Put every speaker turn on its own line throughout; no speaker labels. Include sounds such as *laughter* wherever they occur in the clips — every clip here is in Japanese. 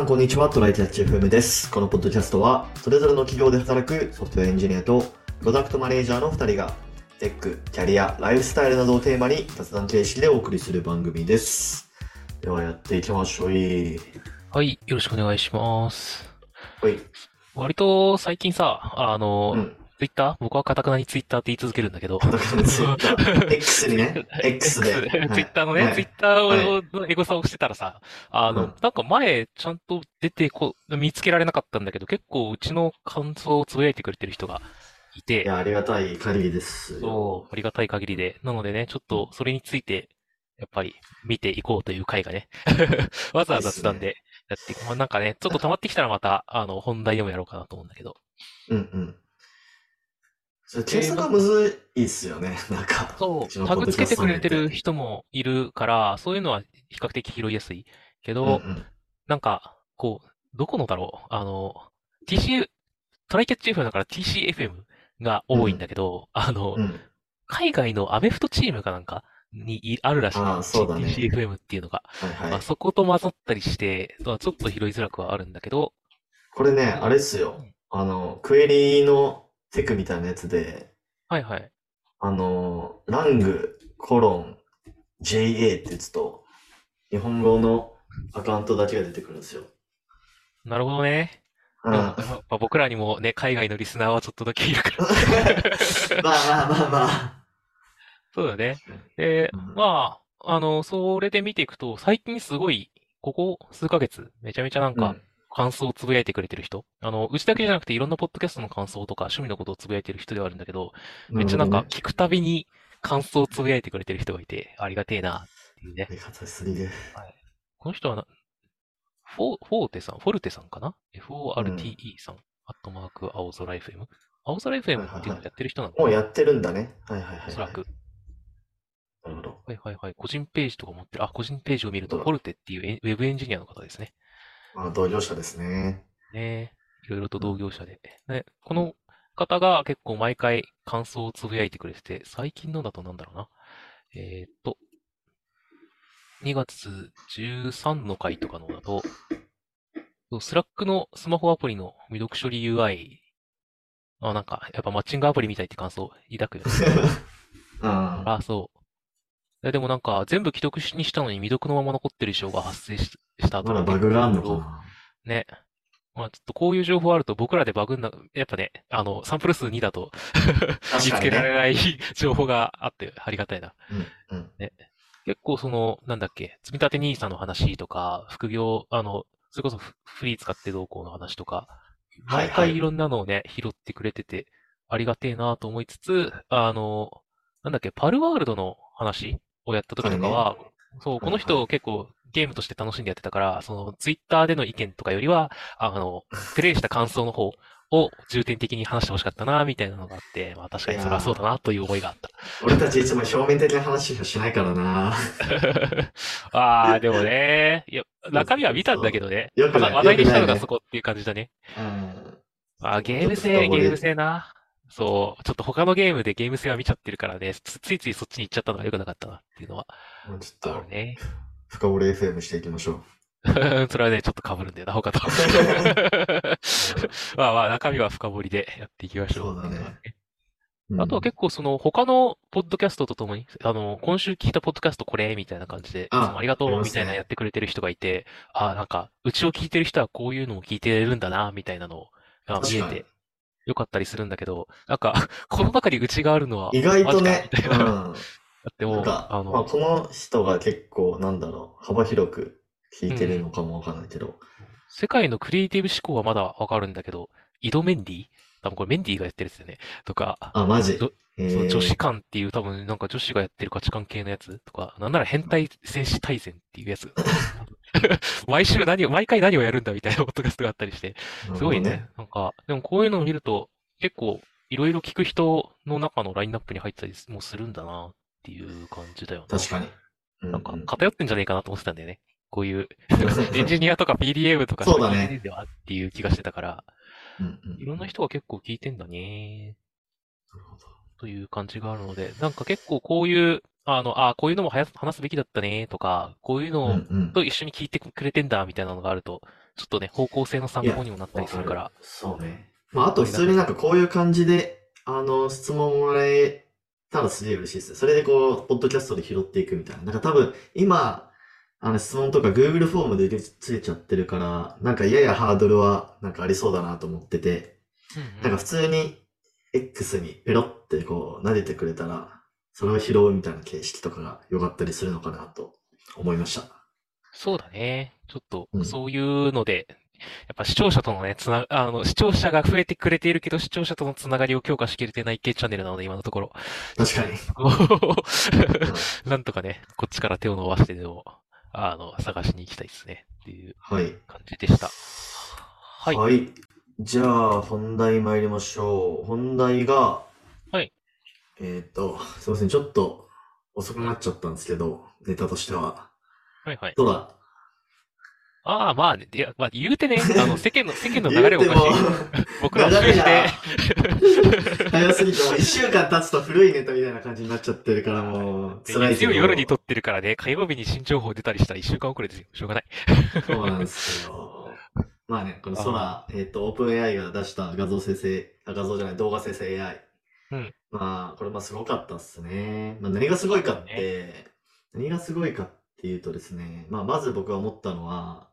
ん、こんにちは。トライキャッチ FM です。このポッドキャストは、それぞれの企業で働くソフトウェアエンジニアと、プロダクトマネージャーの2人が、テック、キャリア、ライフスタイルなどをテーマに、雑談形式でお送りする番組です。では、やっていきましょう。い
はい、よろしくお願いします。
ほい。
割と最近さ、あの、
うん。
ツイッター僕はかたくなにツイッターって言い続けるんだけど、
だから、ツイ
*laughs*
ッター。X にね。X で。
ツイッターのね、ツイッ
タ
ターのエゴサをしてたらさ、あ
う
の
ん、
なんか前、ちゃんと出てこ、見つけられなかったんだけど、結構うちの感想をつぶやいてくれてる人がい
い
て、
や、ありがたい限りです。
そう、ありがたい限りで、なのでね、ちょっとそれについて、やっぱり見ていこうという回が
*laughs*
ね、わざわざつたんでやっていく、まあなんかね、ちょっと溜まってきたらまた、あの、本題でもやろうかなと思うんだけど。
うんうん。それ、計算がむずいっすよね。なんか。
そう
ちの、
タ
ポッ
グ
ド
つ
キャ
け
ス
て
ト
く
に
れてる人もいるから、そういうのは比較的拾いやすいけ
う
ど、
んうん。
なんか、こう、どこのだろう、あの、TC、トライキャッチ FM だから TCFM が多いんだけど、あの、
うん。
海外のアメフトチームかなんかにいあるらしい。
ああそうだね
TCFM っていうのが。
はい
ま
は
あ、
い。
そこと混ざったりして、まあちょっと拾いづらくはあるんだけど、
これね、あれっすよ。あの、クエリのテクみたいなやつで、
はいはい。
あの、ラング、コロン、JA って打つと、日本語のアカウントだけが出てくるんですよ。
なるほどね。
うん。
ま
*laughs* ま
あまあ僕らにもね、海外のリスナーはちょっとだけい
*laughs*
るから。
あまあまあまあ。
そうだね。で、
うん
*laughs* まあ、あの、それで見ていくと、最近すごい、ここ数ヶ月、めちゃめちゃなん
う
か
ん、
感想をつぶやいてくれてる人。あの、うちだけじゃなくていろんなポッドキャストの感想とか趣味のことをつぶやいてる人ではあるんだけど、めっちゃなん
な
か
る
聞くたびに感想をつぶやいてくれてる人がいて、ありがてえな、っていうね
ほどね。あ。りがたいすぎる。
この人はな、フォ、フォーテさん、フォルテさんかな ?F-O-R-T-E さん。アットマーク、青空 FM。青空 FM っていうのをやってる人なのか
もう
な
やってるんだね。はいはいはいはい。
おそらく。
なるほど。
はいはいはい。個人ページとか持ってる。あ、個人ページを見る
そ
と、
うだ
フォルテっていうエンウェブエンジニアの方ですね。
まあ、同業者ですね。 *laughs*
ねえいろいろと同業者で。ね、この方が結構毎回感想をつぶやいてくれてて、最近のだとなんだろうな。えーっと、2月13の回とかのだと、スラックのスマホアプリの未読処理 UI、あ、なんか、やっぱマッチングアプリみたいって感想を抱くよね。
うん。
あ、そう。えでもなんか、全部既読にしたのに未読のまま残ってる事象が発生ししたと
ま
か
だバグがあんの
結構
か
ね。まあちょっとこういう情報あると僕らでバグんな、やっぱね、あの、サンプル数2だと
な
見つけられない *laughs* 情報があってありがたいな。
うんうん。
結構その、なんだっけ、積み立て NISA の話とか、副業、あの、それこそフフリー使ってどうこうの話とか、
はい
毎回いろんなのをね、拾ってくれてて、ありがてえなと思いつつ、あの、なんだっけ、パルワールドの話をやった時とかは、そう、こ
はい
の
は
人結構ゲームとして楽しんでやってたから、そのツイッターでの意見とかよりは、あの、プレイした感想の方を重点的に話してほしかったな、みたいなのがあって、まあ確かにそれはそうだなという思いがあった。
俺たちいつも表面的な話しかしないからな。
*laughs* ああ、でもね、いや、中身は見たんだけどね。
よくない
話題にしたの
よくない
が
ね
そこっていう感じだね。
うん。
あーゲーム性、ゲーム性な。そう、ちょっと他のゲームでゲーム性は見ちゃってるからね、つついついそっちに行っちゃったのが良くなかったなっていうのは
もうちょっ
ある
と、
ね。
深掘り FM していきましょう。
*laughs* それはね、ちょっと被るんだよな、
*laughs*
他と。 *laughs* まあまあ、中身は深掘りでやっていきましょう。
そうだねうん
あとは結構その他のポッドキャストとともに、あの、今週聞いたポッドキャストこれみたいな感じで、いつ
あ
もありがと
あり
う
ま
み
す
た
ね
いなやってくれてる人がいて、ああ、なんか、うちを聞いてる人はこういうのを聞いてるんだな、みたいなのが見え
確かに
てよかったりするんだけど、なんか、 *laughs* この中にうちがあるのは、
意外と
マジ
ね
かみ、た
う
い
ん。
な
な
だっても
ん
う、
か、
あ
まあ、
の、
この人が結構、なんだろう、幅広く聞いてるのかもわかんないけど、
世界のクリエイティブ思考はまだわかるんだけど、井戸メンディー多分これメンディーがやってるやつだよね。とか、
あ、マジ
ど。
え
その
ー
女子館っていう多分なんか女子がやってる価値観系のやつとか、なんなら変態戦士大戦ってい
*laughs*
うやつ。毎週何を、毎回何をやるんだみたいなポッドキャストがあったりして、すごい
なる
ね。なんか、でもこういうのを見ると結構いろいろ聞く人の中のラインナップに入ったりもするんだなっていう感じだよね。
ほどね。確かに。う
なんか
う
偏ってんじゃねえかなと思ってたんだよね。こ
*laughs*
ういう、エンジニアとか PDM とか
そうだね
いのではっていう気がしてたから、
うんうん
いろんな人が結構聞いてんだね。
なるほど
という感じがあるので、なんか結構こういう、あの、あこういうのもはや話すべきだったねとか、こういう
うん
の
うん
と一緒に聞いてくれてんだみたいなのがあると、ちょっとね、方向性の参考にもなったりするから。
そうね。まあ、あと普通になんかこういう感じで、あの、質問もらえたらすげえ嬉しいですね。それでこう、ポッドキャストで拾っていくみたいな。なんか多分、今、あの質問とか Google フォームで受け付けちゃってるから、なんかややハードルはなんかありそうだなと思ってて、
うん
な
うん
か
ん
普通に X にペロってこう、撫でてくれたら、それを拾うみたいな形式とかが良かったりするのかなと思いました。
そうだね。ちょっと
う、ん
そういうので、やっぱ視聴者とのね、つな、あの、視聴者が増えてくれているけど、視聴者とのつながりを強化しきれてない系チャンネルなので、今のところ。
確か
*laughs*
に。
なんとかね、こっちから手を伸ばしてでも、あの、探しに行きたいですね。っていう
はい。
感じでした。はい。
はい。じゃあ、本題参りましょう。本題が、
はい。
えーっと、すいません。ちょっと遅くなっちゃったんですけど、ネタとしては。
はいはい。
どうだ
ああ、まあね、いや、まあ言う
*laughs*
てね、あの、世間の、世間の流れお
言う
かしい。 *laughs*
て
僕らは
流れが
で、
も、 *laughs* 早すぎて、もう一週間経つと古いネタみたいな感じになっちゃってるから、
*laughs*
もう、辛い
月曜
けど
夜に撮ってるからね、火曜日に新情報出たりしたら一週間遅れですよ。しょうがない。
そうなんですよ。まあね、この空、えっ、と、オープン AI が出した画像生成、あ画像じゃない、動画生成 AI。
うん
まあ、これ、まあ、すごかったっすね。まあ、何がすごいかって、何がすごいかっていうとですね、まあ、まず僕が思ったのは、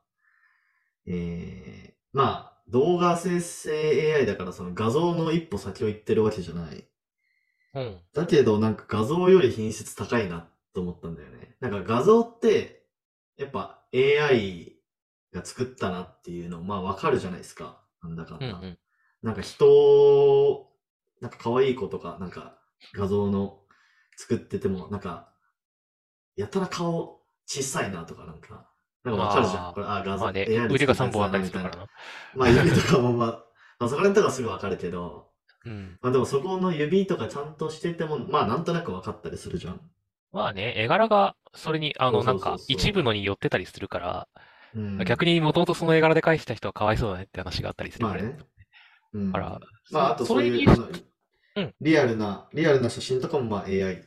えー、まあ、動画生成 AI だから、その画像の一歩先を行ってるわけじゃない。
*laughs* うん。
だけど、なんか画像より品質高いなと思ったんだよね。なんか画像って、やっぱ AI が作ったなっていうの、まあわかるじゃないですか。なんだかん
うんう
だ。
ん。
なんか人、なんか可愛い子とか、なんか画像の作ってても、なんか、やたら顔小さいなとか、なんか、なんかわかるじゃ
あ
ん。
ー
これ、あ、画像、
まあね
AI で作っ、
腕が
たや
3
つ
本あ
だ
った
な
り
み
す
た
る
い
か
な
ら。な。
まあ指とかもまあ、まあそこら辺とかはすぐわかるけど、
うん。
まあでもそこの指とかちゃんとしてても、まあなんとなく分かったりするじゃん。
まあね、絵柄が、それに、あの、
そ
な
うそ
ん
うそうそう
か、一部のに寄ってたりするから、
うん、
逆にもともとその絵柄で描いてた人はかわいそうだねって話があったりする
まあ
ぐらい
ね。うん
だから、
まああと
そ
そう
れ
い
に
う、あの
うん
リアルな、リアルな写真とかもまあ AI で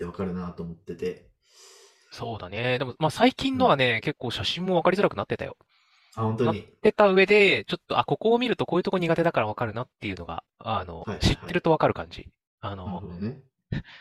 分かるなと思ってて。
そうだね。でも、まあ最近のはね、結構写真もわかりづらくなってたよ。
あ、本当に。
出た上で、ちょっと、あ、ここを見るとこういうとこ苦手だからわかるなっていうのが、あの
はい、
知ってるとわかる感じ。あ
なる
の
ほ、どね。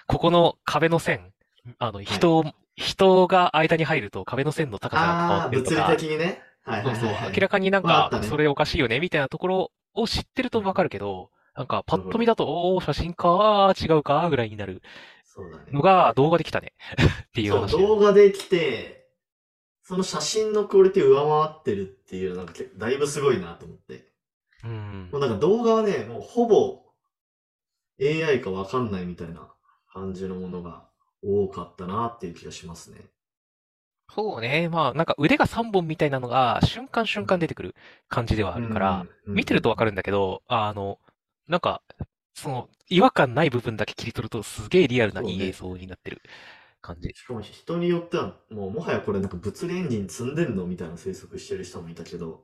ここの壁の線、あの、人を、人が間に入ると壁の線の高さが変わ
あ
っ
あ
て
ー、
ると
物
か、
理的にね。はいはいうは
そそう
いはい、、
明らかになん
まああっ
か
た、ね
それおかしいよね、みたいなところを知ってるとわかるけど、なんか、パッと見だと、おおー、写真か、あー違うか、ぐらいになる
そうだね。
のが、動画できたね。 *laughs* っていう話
そう、
で。
動画できて、その写真のクオリティを上回ってるっていうのはなんかけだいぶすごいなと思って。
うん
もう。なんか動画はね、もうほぼ AI かわかんないみたいな感じのものが多かったなっていう気がしますね。
そうね。まあ、なんか腕が3本みたいなのが、瞬間瞬間出てくる感じではあるから、見てるとわか
る。
るんだけど、あの、なんか、その、違和感ない部分だけ切り取ると、すげえリアルな
そうね
いい映像になってる感じ。
しかも人によっては、もうもはやこれなんか物理エンジン積んでんのみたいな推測してる人もいたけど、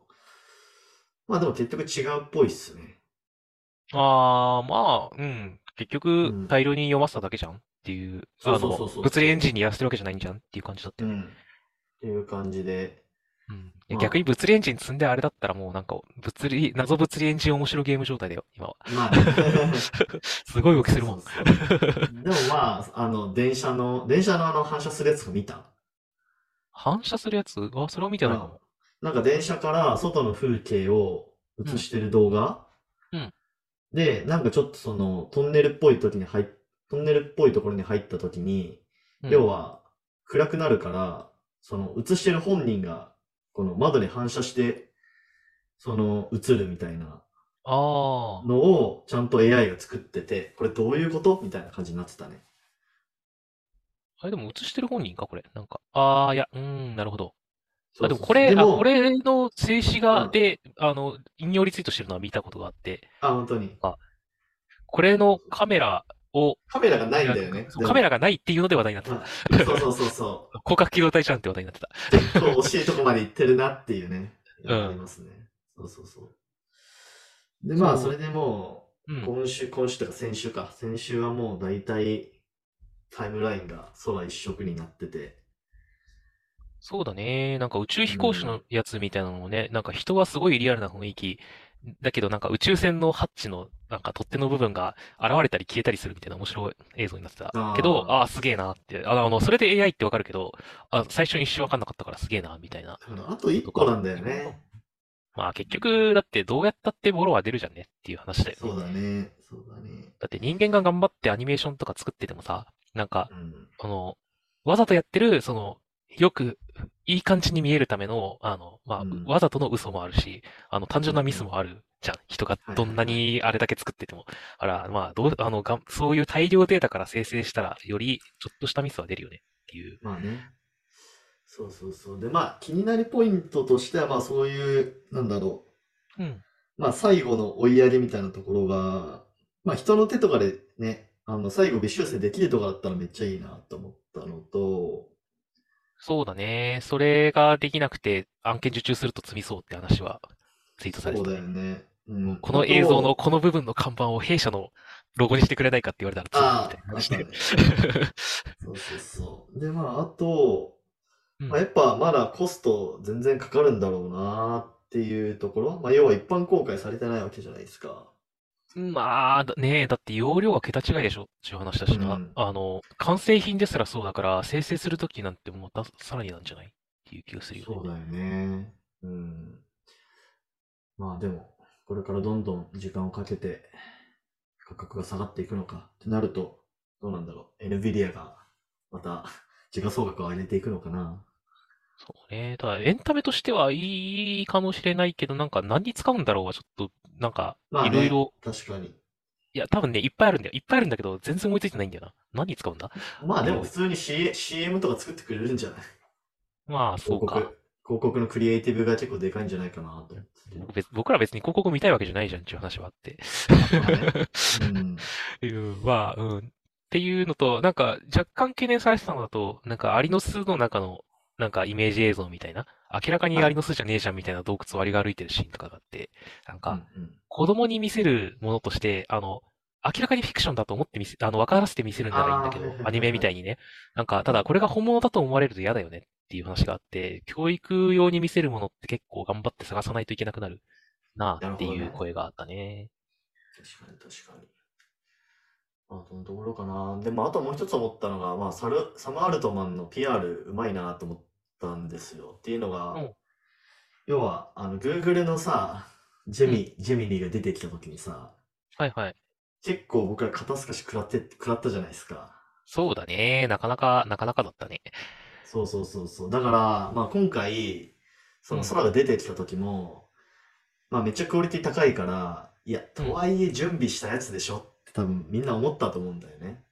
まあでも結局違うっぽいっすね。
ああ、まあ、うん。結
う
局
ん、
大量に読ませただけじゃんっていう、
そう
あ
そう
の、
そうそう
物理エンジンにやらせてるわけじゃないんじゃんっていう感じだったよね。
ん。っていう感じ
*laughs*
で、
うん
まあ
逆に物理エンジン積んであれだったらもうなんか、物理、謎物理エンジン面白ゲーム状態だよ、今は。 *laughs*
まあね、
すごい動きするもん。
そうそうそうでもまあ、あの、電車の、電車のあの反射するやつを見た。
反射するやつあ、それを見てないかも。
なんか電車から外の風景を映してる動画、
うんうん
で、なんかちょっとそのトンネルっぽい時に入っ、トンネルっぽいところに入った時に、
うん
要は暗くなるから、その映してる本人がこの窓に反射して、その映るみたいな
ああ、
のをちゃんと AI が作ってて、これどういうことみたいな感じになってたね。
あれでも映してる本人か、これ。なんか。ああ、いや、うーん、なるほど。
そう
あ、でも
そうそう
これ、
で
あ、
も
これの静止画
うん
で、あの、引用リツイートしてるのは見たことがあって、
あ、本当に。
これのカメラを、
カメラがないんだよね。
そうカメラがないっていうので話題になって
でも
た。
うんそうそうそうそう。
広角機動隊じゃんって話題になってた。
結構惜しいとこまで行ってるなっていうね。
うん
ありますね。そうそうそう。で、まあ、
そ
そうれでも
う
う、
ん。
今週、今週とか先週か。先週はもう大体、タイムラインが空一色になってて、
そうだね。なんか宇宙飛行士のやつみたいなのもね、なんか人はすごいリアルな雰囲気。だけどなんか宇宙船のハッチのなんか取っ手の部分が現れたり消えたりするみたいな面白い映像になってた
あー
けど、ああ、すげえなって。ああの、それで AI ってわかるけど、あ、最初一瞬わかんなかったからすげえな、みたいな。
あと1個なんだよね。
まあ結局、だってどうやったってボロは出るじゃんねっていう話だよね。
そうだね。そうだね。
だって人間が頑張ってアニメーションとか作っててもさ、なんか、
うん。
あの、わざとやってる、その、よく、いい感じに見えるための、あの、まあ、
うん
わざとの嘘もあるし、あの、単純なミスもあるじゃん。人がどんなにあれだけ作ってても。あら、まあ、どう、あの、がんそういう大量データから生成したら、よりちょっとしたミスは出るよねっていう。
まあね。そうそうそう。で、まあ、気になりポイントとしては、まあ、そういう、なんだろ
うん。
う。まあ、最後の追いやりみたいなところが、まあ、人の手とかでね、あの、最後微修正できるとかだったらめっちゃいいなと思ったのと、
そうだね。それができなくて、案件受注すると積みそうって話は、ツイートされ
そ
て
う
た
だ
ね
よね。うん。
この映像
あ
の
と、
この部分の看板を弊社のロゴにしてくれないかって言われたら
あ
どうみた
あ、
いな話で。
そうそうそう。で、まあ、あと、
うん
まあ、やっぱまだコスト全然かかるんだろうなっていうところ、まあ、要は一般公開されてないわけじゃないですか。
まあ、だねえ、だって容量が桁違いでしょっていう話だしな。
うん
あの、完成品ですらそうだから、生成するときなんてもうたさらになんじゃないっていう気がするよね。
そうだよね。うん。まあでも、これからどんどん時間をかけて価格が下がっていくのかってなると、どうなんだろう。NVIDIA がまた時価総額を上げていくのかな。
そうね。ただ、エンタメとしてはいいかもしれないけど、なんか何に使うんだろうはちょっと、なんか、
まあ
い
ね
ろいろ、
確かに。
いや、多分ね、いっぱいあるんだよ。いっぱいあるんだけど、全然思いついてないんだよな。何に使うんだ
まあでも普通に、C、CM とか作ってくれるんじゃない
まあ、そう
広告。
か。
広告のクリエイティブが結構でかいんじゃないかなと思ってて。
僕別僕ら別に広告見たいわけじゃないじゃんっていう話はあって。
うん。
うんまあ、うん。っていうのと、なんか若干懸念されてたのだと、なんかアリの巣の中の、なんかイメージ映像みたいな、明らかにアリの巣じゃねえじゃんみたいな洞窟をアリが歩いてるシーンとかがあって、なん
う
か
んうん
子供に見せるものとして、あの、明らかにフィクションだと思って見せ、あの、分からせて見せるならいいんだけ
あーはいはいはいは
ど、
い
アニメみたいにね。なんか、ただこれが本物だと思われると嫌だよねっていう話があって、教育用に見せるものって結構頑張って探さないといけなくなるなあって
なる
い
ほ
う
どね
声があったね。
確かに確かに。まあ、どのところかな。でも、あともう一つ思ったのが、まあ、サル、サマールトマンの PR うまいなと思ったんですよ。っていうのが、
うん
要は、あの、Google のさ、ジェミ、ジェミニーが出てきた時にさ、
はいはい。
結構僕ら肩透かし食らって、食らったじゃないですか。
そうだね。なかなか、なかなかだったね。
そうそうそうそう。だから、まあ今回、その
うん
空が出てきた時も、まあめっちゃクオリティ高いから、いや、とはいえ準備したやつでしょって多分みんな思ったと思うんだよね。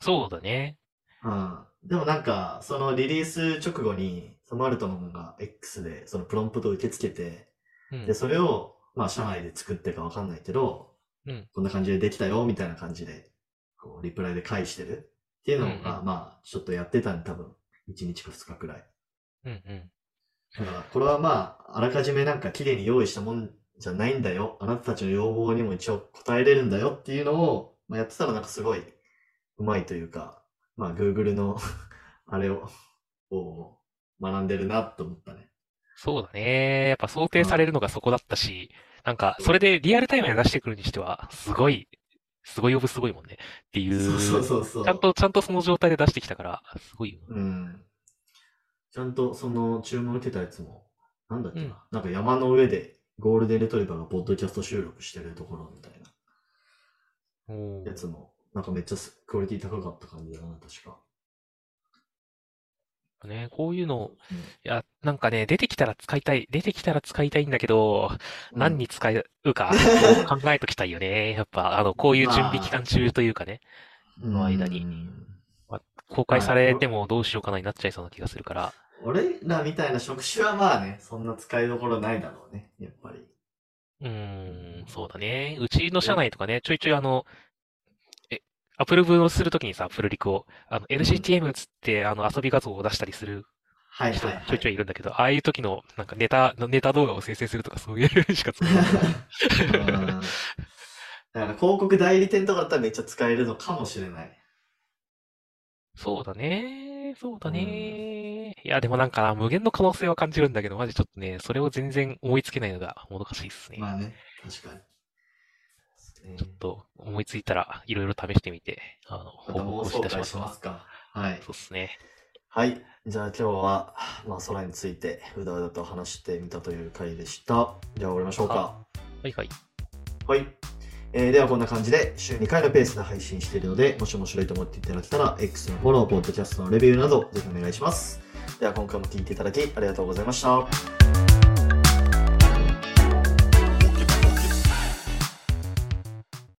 そうだね。
うんでもなんか、そのリリース直後に、サマルトのンが X でそのプロンプトを受け付けて、
うん
で、。それを、まあ、社内で作ってるかわかんないけど、
うん
こんな感じでできたよ、みたいな感じで、こう、リプライで返してるっていうの
うん
が、
うん
まあ、ちょっとやってたんで、多分、1日か2日くらい。
うんうん。
だから、これはまあ、あらかじめなんか綺麗に用意したもんじゃないんだよ。あなたたちの要望にも一応応えれるんだよっていうのを、まあ、やってたらなんかすごい、うまいというか、まあ、Google の、 *laughs* あれを、を学んでるなと思ったね。
そうだね。やっぱ想定されるのがそこだったし、なんか、それでリアルタイムで出してくるにしては、すごい、すごいオブすごいもんね。ってい
そうそう
う、
そうそう。
ちゃんと、ちゃんとその状態で出してきたから、すごいよな。
うん。ちゃんとその注文受けたやつも、なんだっけな、なんか山の上でゴールデンレトリバーがポッドキャスト収録してるところみたいな
おー
やつも、なんかめっちゃすクオリティ高かった感じだな、確か。
ね、こういうの、
うん
いや、なんかね、出てきたら使いたい、出てきたら使いたいんだけど、何に使う
*laughs*
か、こう考えときたいよね。やっぱ、あの、こういう準備期間中というかね、の間に
うん
公開されてもどうしようかなになっちゃいそうな気がするから、
俺らみたいな職種はまあね、そんな使いどころないだろうね、やっぱり。
うーん、そうだね。うちの社内とかね、ちょいちょいあの、え、アプローブをするときにさ、アプルリクを、あの、LCTM つって、あの、遊び画像を出したりする
はい
人
は
ちょいちょ
い。
いいるんだけど、ああいう時の、なんかネタ、ネタ動画を生成するとか、そういうのしか使え
*laughs*
ない。
うんだから広告代理店とかだったらめっちゃ使えるのかもしれない。
そうだね。そうだね。いや、でもなんかな、無限の可能性は感じるんだけど、マジちょっとね、それを全然思いつけないのがもどかしいっすね。
まあね、確かに。
ちょっと思いついたらいろいろ試してみて、あの、
また
報
妄
告
想
いたし
会
ま
し
す
ま
わ。
すか。はい。
そうっすね。
はい。じゃあ今日は、まあ、空についてうだうだと話してみたという回でした。じゃあ終わりましょうか。
はいはい。
はい。えーではこんな感じで週2回のペースで配信しているので、もし面白いと思っていただけたら、X のフォロー、ポッドキャストのレビューなど、ぜひお願いします。では今回も聞いていただきありがとうございました。